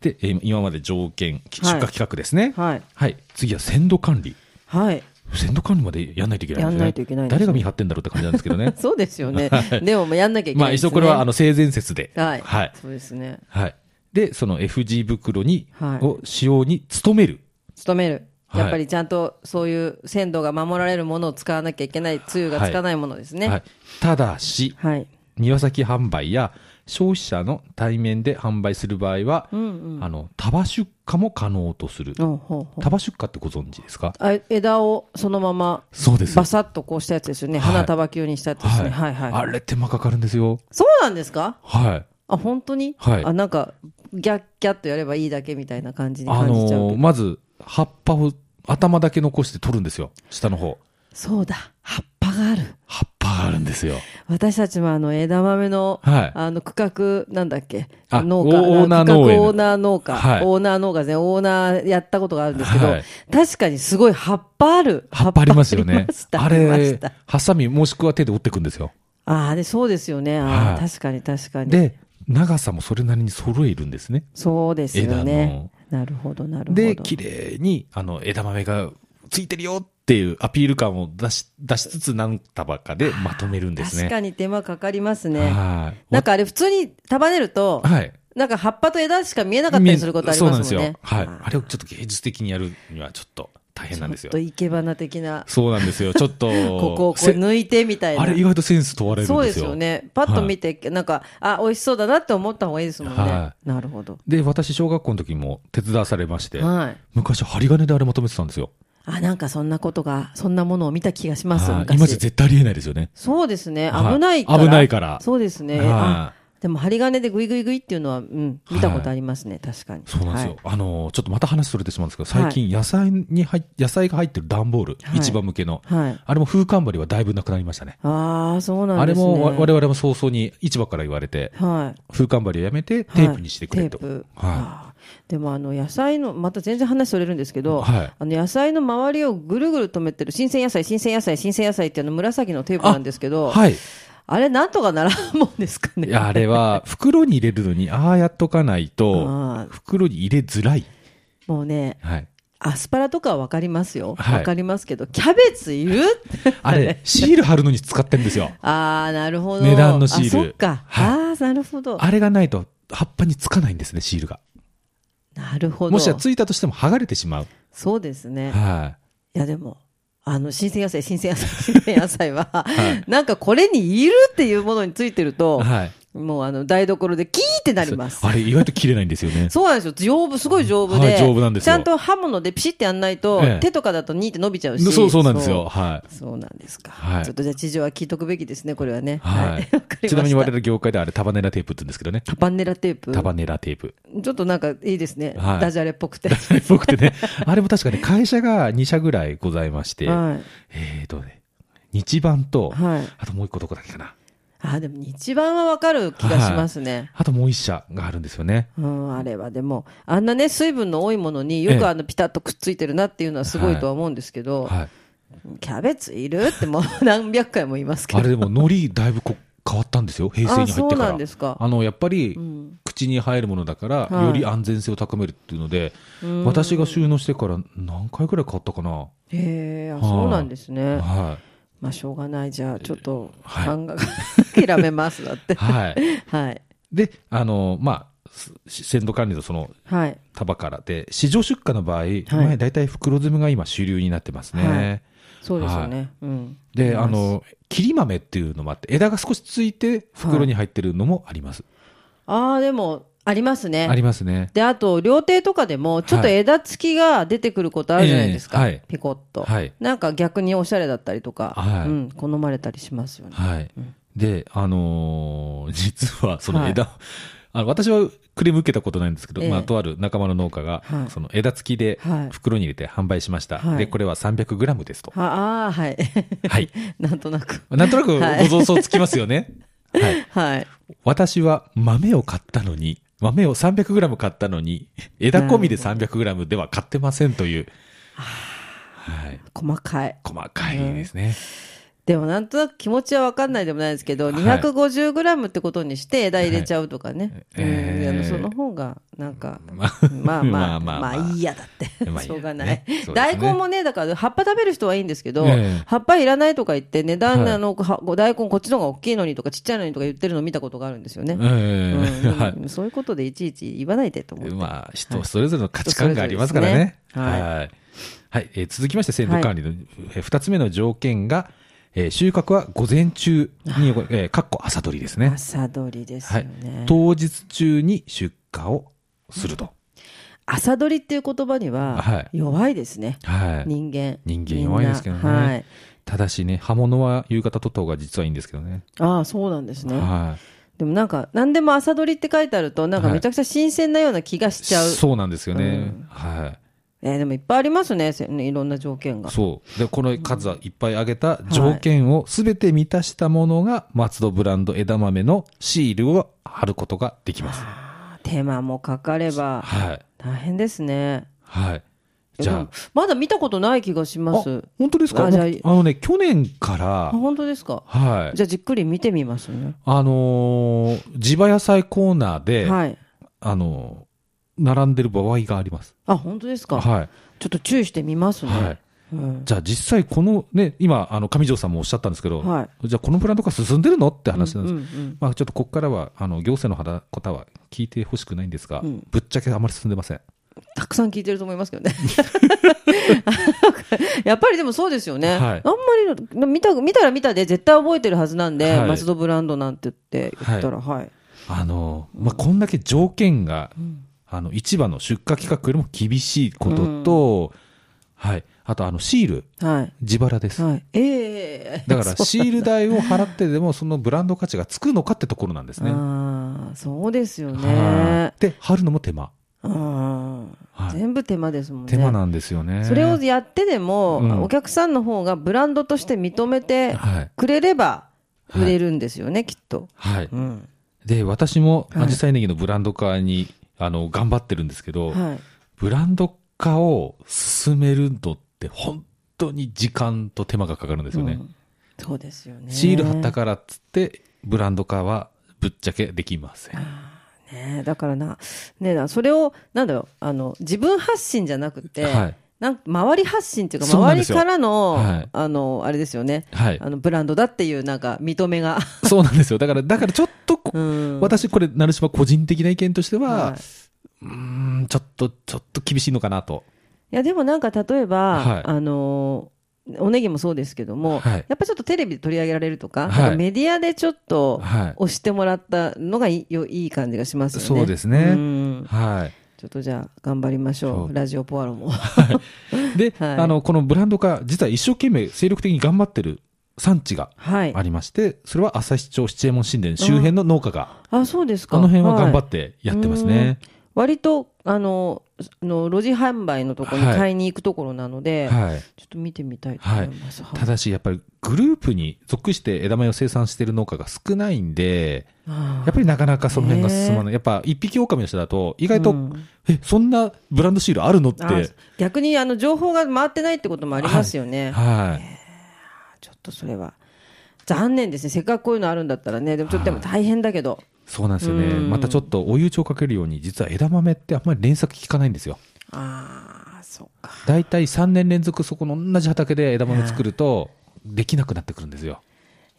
Speaker 2: で、えー今まで条件、出荷
Speaker 1: はい
Speaker 2: 企画ですね。
Speaker 1: はい。
Speaker 2: はい。次は鮮度管理。
Speaker 1: はい。
Speaker 2: 鮮度管理までやんないといけないんですね。
Speaker 1: やんないといけないですね。
Speaker 2: 誰が見張ってんだろうって感じなんですけどね
Speaker 1: [LAUGHS] そうですよ
Speaker 2: [LAUGHS]
Speaker 1: ね。でももうやんなきゃいけな
Speaker 2: まあ、
Speaker 1: いです、
Speaker 2: 一
Speaker 1: ね。
Speaker 2: 応これは、あの、性善説で。
Speaker 1: はい。
Speaker 2: はい。
Speaker 1: そうですね。
Speaker 2: はい。で、その FG 袋に、
Speaker 1: はい
Speaker 2: を使用に努める。
Speaker 1: 勤める。
Speaker 2: はい
Speaker 1: やっぱりちゃんとそういう鮮度が守られるものを使わなきゃいけない、つゆがつかないものですね。
Speaker 2: は
Speaker 1: はい
Speaker 2: い。ただし、。庭先販売や消費者の対面で販売する場合は、あの束出荷も可能とする
Speaker 1: おうほうほう
Speaker 2: 束出荷ってご存知ですか
Speaker 1: あ枝をそのまま
Speaker 2: そうです
Speaker 1: バサッとこうしたやつですよね、
Speaker 2: はい
Speaker 1: 花束球にしたやつですね、はいはい
Speaker 2: あれ手間かかるんですよ
Speaker 1: そうなんですか
Speaker 2: はい
Speaker 1: あ本当に、
Speaker 2: はい
Speaker 1: あなんかギャッギャッとやればいいだけみたいな感じに
Speaker 2: あ
Speaker 1: 感じちゃうけど、
Speaker 2: のーまず葉っぱを頭だけ残して取るんですよ下の方
Speaker 1: そうだ葉っぱがある
Speaker 2: 葉っぱがあるんですよ
Speaker 1: 私たちもあの枝豆の,、
Speaker 2: はい
Speaker 1: あの区画なんだっけ
Speaker 2: あ
Speaker 1: 農家
Speaker 2: オーナー
Speaker 1: 区画
Speaker 2: 農園
Speaker 1: オーナー農家、
Speaker 2: はい
Speaker 1: オーナー農家ですねオーナーやったことがあるんですけど、
Speaker 2: はい
Speaker 1: 確かにすごい葉っぱある
Speaker 2: 葉っぱありますよ
Speaker 1: 葉っぱあ
Speaker 2: ね
Speaker 1: りました
Speaker 2: あ
Speaker 1: ありまし
Speaker 2: れ
Speaker 1: た
Speaker 2: ハサミもしくは手で折っていくんですよ
Speaker 1: あーでそうですよねあー、
Speaker 2: はい
Speaker 1: 確かに確かに
Speaker 2: で長さもそれなりに揃えるんですね
Speaker 1: そうですよ
Speaker 2: 枝
Speaker 1: ね
Speaker 2: の。
Speaker 1: なるほど、なるほど。
Speaker 2: で、綺麗に、あの、枝豆がついてるよっていうアピール感を出し、出しつつ何束かでまとめるんです
Speaker 1: 確
Speaker 2: ね。
Speaker 1: かに手間かかりますね。
Speaker 2: はい。
Speaker 1: なんかあれ普通に束ねると、
Speaker 2: はい。
Speaker 1: なんか葉っぱと枝しか見えなかったりすることあります
Speaker 2: そう
Speaker 1: もん
Speaker 2: なん
Speaker 1: ね
Speaker 2: です。よ。はい。
Speaker 1: あ
Speaker 2: あれをちょっと芸術的にやるにはちょっと大変なんです
Speaker 1: ちょっ
Speaker 2: よ
Speaker 1: と。いけばな的な、
Speaker 2: そうなんですよ。ちょっと、
Speaker 1: [LAUGHS] ここをこう
Speaker 2: せ
Speaker 1: 抜いてみたいな。
Speaker 2: あれ意外とセンス問われるんですよ。
Speaker 1: そうですよね。パッと見て、なんか、あ、美味しそうだなって思った方がいいですもんね。
Speaker 2: は
Speaker 1: なるほど。
Speaker 2: で、私、小学校の時も手伝わされまして、
Speaker 1: はい。
Speaker 2: 昔、針金であれまとめてたんですよ。
Speaker 1: あ、なんかそんなことが、そんなものを見た気がします、
Speaker 2: はい
Speaker 1: 昔。
Speaker 2: 今じゃ絶対ありえないですよね。
Speaker 1: そうですね。
Speaker 2: はい
Speaker 1: 危ないから。
Speaker 2: 危ないから
Speaker 1: そうですね。
Speaker 2: はい
Speaker 1: あでも、針金でグイグイグイっていうのは、うん、見たことありますね。確かに。
Speaker 2: そうなんですよ。
Speaker 1: はい。
Speaker 2: あのーちょっとまた話それてしまうんですけど、最近野菜に入っ、野菜が入ってる段ボール、
Speaker 1: はい
Speaker 2: 市場向けの、
Speaker 1: はい
Speaker 2: あれも風間張りはだいぶなくなりましたね。
Speaker 1: ああ、そうな
Speaker 2: あ
Speaker 1: ん
Speaker 2: れ
Speaker 1: ですね。
Speaker 2: もわ我々も早々に市場から言われて、
Speaker 1: はい。
Speaker 2: 風間張りをやめてテープにしてくれと。
Speaker 1: はい、テープ、
Speaker 2: は
Speaker 1: あーでもあの野菜のまた全然話それるんですけど、
Speaker 2: はい
Speaker 1: あの野菜の周りをぐるぐる止めてる新鮮野菜新鮮野菜新鮮野菜っていうの紫のテープなんですけ
Speaker 2: い。
Speaker 1: ど、
Speaker 2: はい。
Speaker 1: あれなんとかならんもんですかね
Speaker 2: いやあ
Speaker 1: [LAUGHS]
Speaker 2: れは、袋に入れるのに、ああやっとかない
Speaker 1: あ
Speaker 2: と
Speaker 1: ー、
Speaker 2: 袋に入れづらい。
Speaker 1: もうね
Speaker 2: はい。
Speaker 1: アスパラとかは分かりますよ、
Speaker 2: はい
Speaker 1: 分かりますけどキャベツい
Speaker 2: [LAUGHS]
Speaker 1: る
Speaker 2: あれ、シール貼るのに使って
Speaker 1: [LAUGHS]
Speaker 2: んですよ。
Speaker 1: ああなるほど
Speaker 2: 値段のシール
Speaker 1: あそっか、
Speaker 2: は
Speaker 1: ああなるほど
Speaker 2: あれがないと、葉っぱにつかないんですね、シールが。
Speaker 1: なるほど
Speaker 2: もしはついたとしても剥がれてしまう。
Speaker 1: そうですね
Speaker 2: はい。
Speaker 1: いやでも、あの、新鮮野菜、新鮮野
Speaker 2: [LAUGHS]
Speaker 1: 菜、新鮮野菜は、なんかこれにいるっていうものについてると、
Speaker 2: はい。
Speaker 1: もうあの、台所でキーってなります
Speaker 2: そう。あれ、意外と切れないんですよね。
Speaker 1: そうなんですよ。丈夫、すごい丈夫
Speaker 2: は
Speaker 1: で。
Speaker 2: い丈夫なんです
Speaker 1: ち
Speaker 2: よ
Speaker 1: ゃんと刃物でピシってやんないと、
Speaker 2: ええ
Speaker 1: 手とかだとニーって伸びちゃうし。
Speaker 2: そう、そうなんですよ。。は
Speaker 1: そうそうなんですか。
Speaker 2: はい
Speaker 1: ちょっとじゃあ地上は聞いとくべきですね、これはね。
Speaker 2: い。はい
Speaker 1: わかりました。
Speaker 2: ちなみに我々業界ではあれ、束ネラテープって言うんですけどね。
Speaker 1: タバネラテープ。
Speaker 2: 束ネラテープ。
Speaker 1: ちょっとなんかいいですね。
Speaker 2: はい
Speaker 1: ダジャレっぽくて。
Speaker 2: 僕ってね、あれも確かね、会社が2社ぐらいございまして、
Speaker 1: はい
Speaker 2: えーとね、日版と、
Speaker 1: はい
Speaker 2: あともう一個どこだっけかな。
Speaker 1: あ、でも一番はわかる気がしますね。
Speaker 2: あともう一社があるんですよね。
Speaker 1: うん、あれはでも、あんなね、水分の多いものに
Speaker 2: え
Speaker 1: よ
Speaker 2: え
Speaker 1: くあのピタッとくっついてるなっていうのはすごいとは思うんですけど、
Speaker 2: はい。
Speaker 1: キャベツいるってもう [LAUGHS] 何百回も言いますけ
Speaker 2: あ
Speaker 1: ど、
Speaker 2: れでも、海苔だいぶこ変わったんですよ。平成に入ってから。
Speaker 1: あそうなんですか
Speaker 2: あの、やっぱり、口に入るものだから、
Speaker 1: はい
Speaker 2: より安全性を高めるっていうので、私が収納してから何回ぐらい変わったかな。
Speaker 1: へえあそうなんですね、
Speaker 2: は
Speaker 1: まあしょうがないじゃあちょっと
Speaker 2: はい
Speaker 1: 漫画が諦めますだって
Speaker 2: はい。
Speaker 1: はい
Speaker 2: で、あの、まあ、す鮮度管理のその
Speaker 1: はい
Speaker 2: 束からで、市場出荷の場合、前大体袋詰めが今主流になってますね。
Speaker 1: はいそうですよね、うん
Speaker 2: で、あの、切り豆っていうのもあって、枝が少しついて袋に入ってるのもあります。
Speaker 1: ああでもありますね
Speaker 2: ありますね。
Speaker 1: であと料亭とかでもちょっと
Speaker 2: はい
Speaker 1: 枝付きが出てくることあるじゃないですか、
Speaker 2: ええはい
Speaker 1: ピコッと、
Speaker 2: はい
Speaker 1: なんか逆におしゃれだったりとか、
Speaker 2: はい
Speaker 1: うん、好まれたりしますよね
Speaker 2: はい。で、あのー実はその
Speaker 1: はい
Speaker 2: 枝を、あの私はクレーム受けたことないんですけど、
Speaker 1: ええ
Speaker 2: まあ、とある仲間の農家が、
Speaker 1: はい
Speaker 2: その枝付きで
Speaker 1: はい
Speaker 2: 袋に入れて販売しました。
Speaker 1: はい
Speaker 2: で、これは300グラムで
Speaker 1: [LAUGHS]
Speaker 2: すと。
Speaker 1: はああーはい
Speaker 2: はい。
Speaker 1: なんとなく
Speaker 2: なんとなく
Speaker 1: はい
Speaker 2: ご想像つきますよね。はい。
Speaker 1: はい
Speaker 2: 私は豆を買ったのに、豆を300グラム買ったのに、枝込みで300グラムでは買ってませんという。はい。
Speaker 1: 細かい
Speaker 2: 細かいですね。
Speaker 1: でもなんとなく気持ちは分かんないでもないですけど、
Speaker 2: はい
Speaker 1: 250g ってことにして枝入れちゃうとかね、
Speaker 2: はい
Speaker 1: うん
Speaker 2: えー
Speaker 1: あのその方がなんか、
Speaker 2: [LAUGHS] まあ
Speaker 1: まあまあま
Speaker 2: まあ
Speaker 1: あ
Speaker 2: まあまあ
Speaker 1: いいやだって、
Speaker 2: [LAUGHS] まあいいやね
Speaker 1: しょうがない、
Speaker 2: そうですね
Speaker 1: 大根もねだから葉っぱ食べる人はいいんですけど、
Speaker 2: ええ
Speaker 1: 葉っぱいらないとか言って値段、
Speaker 2: はい
Speaker 1: あのは大根こっちの方が大きいのにとかちっちゃいのにとか言ってるの見たことがあるんですよね、
Speaker 2: え
Speaker 1: うん
Speaker 2: えはい
Speaker 1: でもそういうことでいちいち言わないでと思って、
Speaker 2: まあ、人それぞれの価値観がありますからね。
Speaker 1: 人それぞれですね
Speaker 2: はい。はい、えー続きまして、鮮度管理のえー二つ目の条件が、えー収穫は午前中に、えー、かっこ朝取りですね。
Speaker 1: 朝取りです
Speaker 2: は
Speaker 1: よ
Speaker 2: い
Speaker 1: ね、。
Speaker 2: 当日中に出荷をすると。
Speaker 1: 朝取りっていう言葉に
Speaker 2: は
Speaker 1: はい弱いですね、
Speaker 2: はい。
Speaker 1: 人間
Speaker 2: 人間
Speaker 1: みんな
Speaker 2: 弱いですけどね
Speaker 1: はい
Speaker 2: ただしね、刃物は夕方取った方が実はいいんですけどね。
Speaker 1: ああそうなんですね、
Speaker 2: は
Speaker 1: でもなんか何でも朝取りって書いてあるとなんかめちゃくちゃ新鮮なような気がし
Speaker 2: い。
Speaker 1: ちゃう、
Speaker 2: そうなんですよね。
Speaker 1: う
Speaker 2: はい。
Speaker 1: えーでもいっぱいありますねせいろんな条件が
Speaker 2: そう。で、この数はいっぱい挙げた条件をすべて満たしたものが、松戸ブランド枝豆のシールを貼ることができます。
Speaker 1: 手間もかかれば
Speaker 2: はい。
Speaker 1: 大変ですね
Speaker 2: はい。
Speaker 1: いや
Speaker 2: じ
Speaker 1: で
Speaker 2: ゃ
Speaker 1: もまだ見たことない気がし
Speaker 2: あ、
Speaker 1: ます
Speaker 2: 本当ですかあ
Speaker 1: あじゃあ
Speaker 2: のね、去年から
Speaker 1: あ、本当ですか
Speaker 2: はい。
Speaker 1: じゃあじっくり見てみますね
Speaker 2: あのー地場野菜コーナーで、
Speaker 1: はい
Speaker 2: あのー並んでる場合があります。
Speaker 1: あ本当ですか、
Speaker 2: はい。
Speaker 1: ちょっと注意してみますね、
Speaker 2: はい。
Speaker 1: うん
Speaker 2: じゃあ実際このね、今、あの、上条さんもおっしゃったんですけど、
Speaker 1: は
Speaker 2: じゃあこのブランドが進んでるのって話なんです。
Speaker 1: うんうん
Speaker 2: まあちょっとここからは、あの、行政の方は聞いてほしくないんですが、
Speaker 1: うん
Speaker 2: ぶっちゃけあまり進んでません。
Speaker 1: たくさん聞いてると思います
Speaker 2: [LAUGHS]
Speaker 1: けどねやっぱりでもそうですよね、
Speaker 2: はい
Speaker 1: あんまり見た見たら見たで絶対覚えてるはずなんで、
Speaker 2: はい
Speaker 1: マスドブランドなんて言って言ったらはい、
Speaker 2: あの、まあこんだけ条件が、あの、市場の出荷規格よりも厳しいことと、はい。あと、あの、シール、
Speaker 1: はい
Speaker 2: 自腹です。
Speaker 1: はい、ええ
Speaker 2: だから、
Speaker 1: そう
Speaker 2: シール代を払ってでも、そのブランド価値がつくのかってところなんですね。
Speaker 1: ああそうですよ
Speaker 2: は
Speaker 1: ね
Speaker 2: い。で、貼るのも手間。
Speaker 1: あ
Speaker 2: は
Speaker 1: あ
Speaker 2: い
Speaker 1: 全部手間ですもんね
Speaker 2: 手間なんですよね。
Speaker 1: それをやってでも、
Speaker 2: うん
Speaker 1: お客さんの方がブランドとして認めて
Speaker 2: はい。
Speaker 1: くれれば
Speaker 2: はい
Speaker 1: 売れるんですよね、きっと、
Speaker 2: はい。
Speaker 1: うん
Speaker 2: で、私も、
Speaker 1: はい
Speaker 2: アジサイネギのブランド化に、あの、頑張ってるんですけど、
Speaker 1: はい、
Speaker 2: ブランド化を進めるのって、本当に時間と手間がかかるんですよね。
Speaker 1: うんそうですよね
Speaker 2: シール貼ったからっつって、ブランド化はぶっちゃけできません。
Speaker 1: ねえ、だからな、ねえな、それを、なんだろう、あの、自分発信じゃなくて、
Speaker 2: はい
Speaker 1: なんか周り発信っていうか、
Speaker 2: そうなん
Speaker 1: 周
Speaker 2: で
Speaker 1: り
Speaker 2: すよ
Speaker 1: からの、
Speaker 2: はい
Speaker 1: あの、あれですよね、
Speaker 2: はい。
Speaker 1: あの、ブランドだっていう、なんか、認めが。
Speaker 2: そうなんですよ。だから、だからちょっとこ、
Speaker 1: うん。
Speaker 2: 私これ、なるしば個人的な意見としては、
Speaker 1: はいう
Speaker 2: ーん、ちょっと、ちょっと厳しいのかなと。
Speaker 1: いや、でもなんか、例えば、
Speaker 2: はい
Speaker 1: あの、おネギもそうですけども、
Speaker 2: はい
Speaker 1: やっぱちょっとテレビで取り上げられるとか、
Speaker 2: はい
Speaker 1: なんかメディアでちょっと、
Speaker 2: はい。
Speaker 1: 押してもらったのがいいよいい感じがしますよね。
Speaker 2: そうですね
Speaker 1: うん
Speaker 2: はい。
Speaker 1: ちょっとじゃあ、頑張りましょ
Speaker 2: そう
Speaker 1: う。ラジオポアロも。 [LAUGHS]
Speaker 2: で、
Speaker 1: はい
Speaker 2: あの、このブランド化、実は一生懸命精力的に頑張ってる産地が
Speaker 1: はい
Speaker 2: あ。りまして、それは旭町七右衛門神殿周辺の農家が、
Speaker 1: あ、そうですか。
Speaker 2: この辺は頑張
Speaker 1: い
Speaker 2: ってやってますね。
Speaker 1: 割とあのあの路地販売のところに
Speaker 2: はい
Speaker 1: 買いに行くところなので、
Speaker 2: はい。
Speaker 1: ちょっと見てみたいと思います。はい
Speaker 2: ただし、やっぱりグループに属して枝豆を生産している農家が少ないんで、
Speaker 1: あ
Speaker 2: やっぱりなかなかその辺が進まない。やっぱ一匹狼の人だと、意外と、
Speaker 1: うん
Speaker 2: え、そんなブランドシールあるのって、
Speaker 1: ーあ逆にあの情報が回ってないってこともありますよね。
Speaker 2: はい。
Speaker 1: ちょっとそれは残念ですね。せっかくこういうのあるんだったらね、でもちょっとで
Speaker 2: は
Speaker 1: も
Speaker 2: い
Speaker 1: 大変だけど、
Speaker 2: そうなんですよね。
Speaker 1: うん
Speaker 2: またちょっとお湯帳かけるように、実は枝豆ってあんまり連作効かないんですよ。
Speaker 1: ああそうか。
Speaker 2: 大体3年連続そこの同じ畑で枝豆作ると、できなくなってくるんですよ。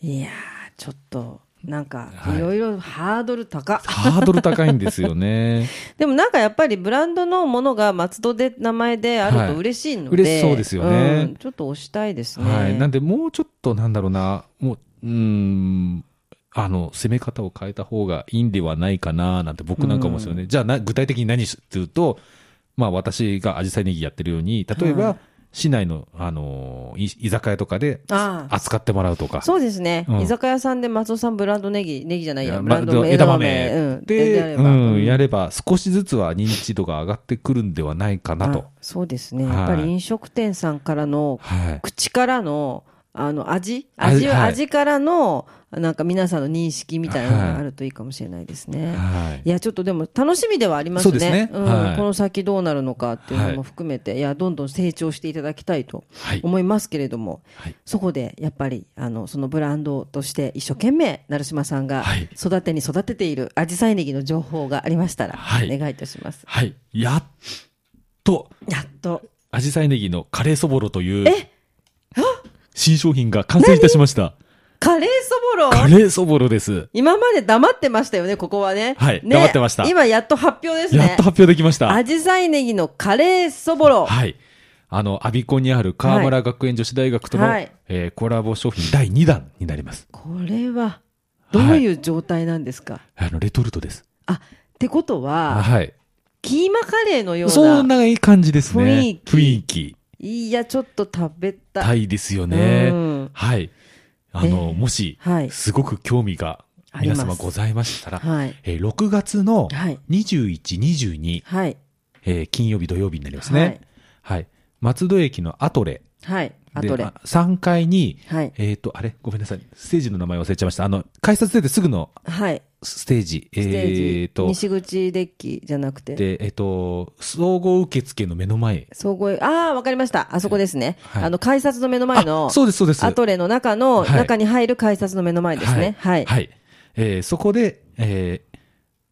Speaker 1: いやー、ちょっと、なんか、
Speaker 2: はい
Speaker 1: いろいろハードル高、
Speaker 2: [LAUGHS] ハードル高いんです
Speaker 1: [LAUGHS]
Speaker 2: よね。
Speaker 1: でもなんかやっぱりブランドのものが松戸で名前である
Speaker 2: はい
Speaker 1: と嬉しいので、
Speaker 2: 嬉しそうですよね
Speaker 1: うんちょっと押したいですね。
Speaker 2: はい。なんで、もうちょっと、なんだろうな、もう、うーん、あの、攻め方を変えた方がいいんではないかな、なんて僕なんか思うんですよね。じゃあな、具体的に何すると、まあ、私がアジサイネギやってるように、例えば、
Speaker 1: は
Speaker 2: 市内の、あのーい居酒屋とかで
Speaker 1: ああ
Speaker 2: 扱ってもらうとか。
Speaker 1: そうですね、
Speaker 2: うん
Speaker 1: 居酒屋さんで松尾さんブランドネギネギじゃない
Speaker 2: い
Speaker 1: や
Speaker 2: や
Speaker 1: ブランドの
Speaker 2: ま
Speaker 1: 枝
Speaker 2: 枝
Speaker 1: 豆
Speaker 2: 豆
Speaker 1: うん、であ
Speaker 2: で、
Speaker 1: れ
Speaker 2: う、
Speaker 1: ばうんん
Speaker 2: やれば少しずつは認知度が上がってくるんではないかなと
Speaker 1: あ。そうですね、
Speaker 2: はい
Speaker 1: やっぱり飲食店さんからの
Speaker 2: はい。
Speaker 1: 口からのあの味味
Speaker 2: 味
Speaker 1: は
Speaker 2: はい
Speaker 1: 味からのなんか皆さんの認識みたいなの
Speaker 2: は
Speaker 1: が
Speaker 2: い
Speaker 1: あるといいかもしれないですね。
Speaker 2: はい
Speaker 1: いやちょっとでも楽しみではありますね
Speaker 2: そうですね
Speaker 1: うん
Speaker 2: はい
Speaker 1: この先どうなるのかっていうのも含めて、い、やどんどん成長していただきたいと
Speaker 2: はい。
Speaker 1: 思いますけれども、
Speaker 2: はい
Speaker 1: そこでやっぱりあのそのブランドとして一生懸命成島さんが
Speaker 2: はい
Speaker 1: 育てに育てている紫陽花ネギの情報がありましたら
Speaker 2: は
Speaker 1: お
Speaker 2: い
Speaker 1: 願いいたします。
Speaker 2: はい。やっと、
Speaker 1: やっと
Speaker 2: アジサイネギのカレーそぼろという、新商品が完成いたしました。
Speaker 1: カレーそぼろ
Speaker 2: カレーそぼろです。
Speaker 1: 今まで黙ってましたよねここはね。
Speaker 2: はい
Speaker 1: ね
Speaker 2: 黙ってました
Speaker 1: 今やっと発表ですね。
Speaker 2: やっと発表できました。
Speaker 1: 紫陽花ネギのカレーそぼろ。
Speaker 2: はい。あの、アビコにある河村学園女子大学との、
Speaker 1: はい
Speaker 2: えーコラボ商品第2弾になります。
Speaker 1: これはどういう状態なんですか、
Speaker 2: あの、レトルトです。
Speaker 1: あってことは、
Speaker 2: はい。
Speaker 1: キーマカレーのよ
Speaker 2: そ
Speaker 1: うんな
Speaker 2: な感じですね。
Speaker 1: 雰囲気
Speaker 2: 雰囲気。
Speaker 1: いやちょっと食べた
Speaker 2: た
Speaker 1: い、
Speaker 2: いですよね
Speaker 1: うん。
Speaker 2: はい。あの、もし、
Speaker 1: はい
Speaker 2: すごく興味が
Speaker 1: あり
Speaker 2: 皆
Speaker 1: ます
Speaker 2: 様ございましたら、
Speaker 1: はい
Speaker 2: えー6月の
Speaker 1: はい
Speaker 2: 21、22、
Speaker 1: はい
Speaker 2: えー金曜日、土曜日になりますね。はい。松戸駅のアトレ。
Speaker 1: はいあ
Speaker 2: で
Speaker 1: とで
Speaker 2: あ3階に、
Speaker 1: はい
Speaker 2: えっ、と、あれごめんなさい。ステージの名前忘れちゃいました。あの、改札出てすぐの
Speaker 1: はい
Speaker 2: ステージ。
Speaker 1: ステージ、
Speaker 2: えっ、と、
Speaker 1: 西口デッキじゃなくて
Speaker 2: で、えっ、と、総合受付の目の前。
Speaker 1: 総合ああわかりましたあそこですね、
Speaker 2: はい
Speaker 1: あの改札の目の前の
Speaker 2: あそうです、そうです。
Speaker 1: アトレの中の、
Speaker 2: はい
Speaker 1: 中に入る改札の目の前ですねはい、
Speaker 2: はい。えーそこで、えー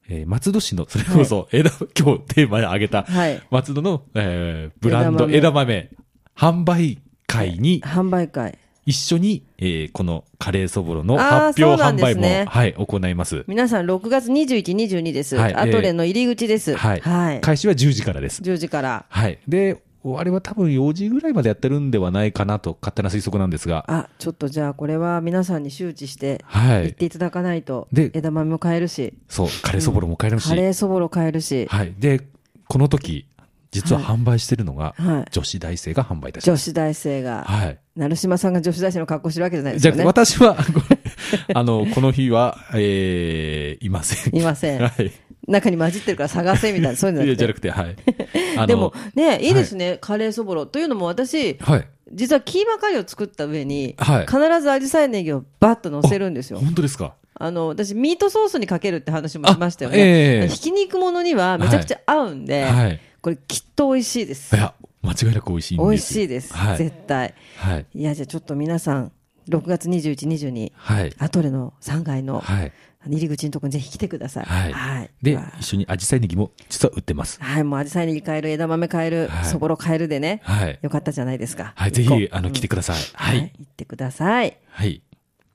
Speaker 2: えー松戸市の、それこそ、枝、今日テーマで挙げた、
Speaker 1: はい
Speaker 2: 松戸の、えーブランド
Speaker 1: 枝
Speaker 2: 枝豆販売会に
Speaker 1: 販売会
Speaker 2: 一緒に、えーこのカレーそぼろの
Speaker 1: あー
Speaker 2: 発
Speaker 1: そう
Speaker 2: 表
Speaker 1: なん
Speaker 2: 販
Speaker 1: です
Speaker 2: 売も、
Speaker 1: ね
Speaker 2: はい、行います。
Speaker 1: 皆さん6月21、22です、
Speaker 2: はい
Speaker 1: アトレの入り口です、
Speaker 2: はい。
Speaker 1: はい、
Speaker 2: 開始は10時からです。
Speaker 1: 10時から
Speaker 2: はい。で、あれは多分4時ぐらいまでやってるんではないかなと、勝手な推測なんですが、
Speaker 1: あちょっとじゃあこれは皆さんに周知して
Speaker 2: は
Speaker 1: 行っ
Speaker 2: い。
Speaker 1: ていただかないと、
Speaker 2: で
Speaker 1: 枝豆も買えるし
Speaker 2: そう、カレーそぼろも買えるし、
Speaker 1: カレーそぼろ買えるし、
Speaker 2: はい。で、この時、実は販売してるのが、
Speaker 1: はい、
Speaker 2: 女子大生が販売いたしま
Speaker 1: 女
Speaker 2: す。
Speaker 1: 子大生が、
Speaker 2: はい。
Speaker 1: 成島さんが女子大生の格好してるわけじゃないです
Speaker 2: じゃ
Speaker 1: よ
Speaker 2: あ、
Speaker 1: ね。
Speaker 2: 私は、ごめんあの、この日は、えー、いません。
Speaker 1: いません
Speaker 2: はい。
Speaker 1: 中に混じってるから探せみ
Speaker 2: [LAUGHS]
Speaker 1: たいな、そういうの
Speaker 2: い
Speaker 1: じゃ
Speaker 2: や
Speaker 1: なく
Speaker 2: じゃ
Speaker 1: て
Speaker 2: なくて、はい。あの
Speaker 1: でも、ね、いいですね、カレーそぼろ。というのも私、
Speaker 2: はい。
Speaker 1: 実はキーマカレーを作った上に、
Speaker 2: はい
Speaker 1: 必ずアジサイネギをバッと乗せるんですよ。
Speaker 2: 本当ですか
Speaker 1: あの、私、ミートソースにかけるって話もしましたよ
Speaker 2: あ
Speaker 1: ね。
Speaker 2: ええ
Speaker 1: ひき肉ものにはめちゃくちゃ合うんで、
Speaker 2: はい。
Speaker 1: これきっと美味しいです
Speaker 2: い。や、間違いなく美味しいんです。
Speaker 1: 美味しいです、
Speaker 2: はい。
Speaker 1: 絶対。
Speaker 2: はい。
Speaker 1: いや、じゃあちょっと皆さん、6月21、22、
Speaker 2: はい。
Speaker 1: アトレの3階の
Speaker 2: はい。
Speaker 1: あの入り口のところにぜひ来てください。
Speaker 2: はい
Speaker 1: はい。
Speaker 2: で
Speaker 1: まあ、
Speaker 2: 一緒にアジサイネギも実は売ってます。
Speaker 1: はい、もうアジサイネギ買える、枝豆買える
Speaker 2: は、い
Speaker 1: そぼろ買えるでね、
Speaker 2: はい。
Speaker 1: よかったじゃないですか。
Speaker 2: はい。ぜ
Speaker 1: 行こう
Speaker 2: ひ、あの、来てください。は
Speaker 1: はい
Speaker 2: い。、
Speaker 1: 行ってください。
Speaker 2: はい。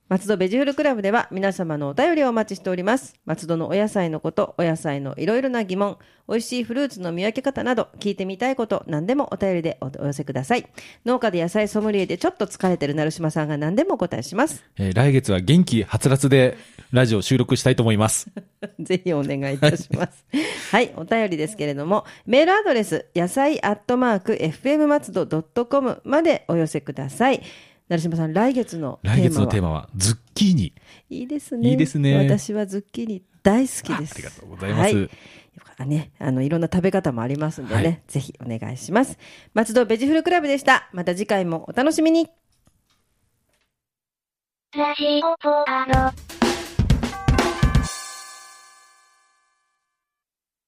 Speaker 1: 松戸ベジフルクラブでは皆様のお便りをお待ちしております。松戸のお野菜のこと、お野菜のいろいろな疑問、美味しいフルーツの見分け方など、聞いてみたいこと、何でもお便りでおお寄せください。農家で野菜ソムリエでちょっと疲れてる成島さんが何でもお答えします。
Speaker 2: えー来月は元気はつらつでラジオ収録したいと思います。
Speaker 1: [LAUGHS] ぜひお願いいたします。はい、お便りですけれども、メールアドレス、野菜アットマーク、fm 松戸 .com までお寄せください。成島さん、来月のテーマは
Speaker 2: 来月のテーマはズッキーニ。
Speaker 1: いいですね。
Speaker 2: いいですね
Speaker 1: 私はズッキーニ大好きです。
Speaker 2: あありがとうございます
Speaker 1: はよかったね、あのいろんな食べ方もありますんでね、
Speaker 2: はい
Speaker 1: ぜひお願いします。松戸ベジフルクラブでした。また次回もお楽しみに。
Speaker 3: ラジオポアド。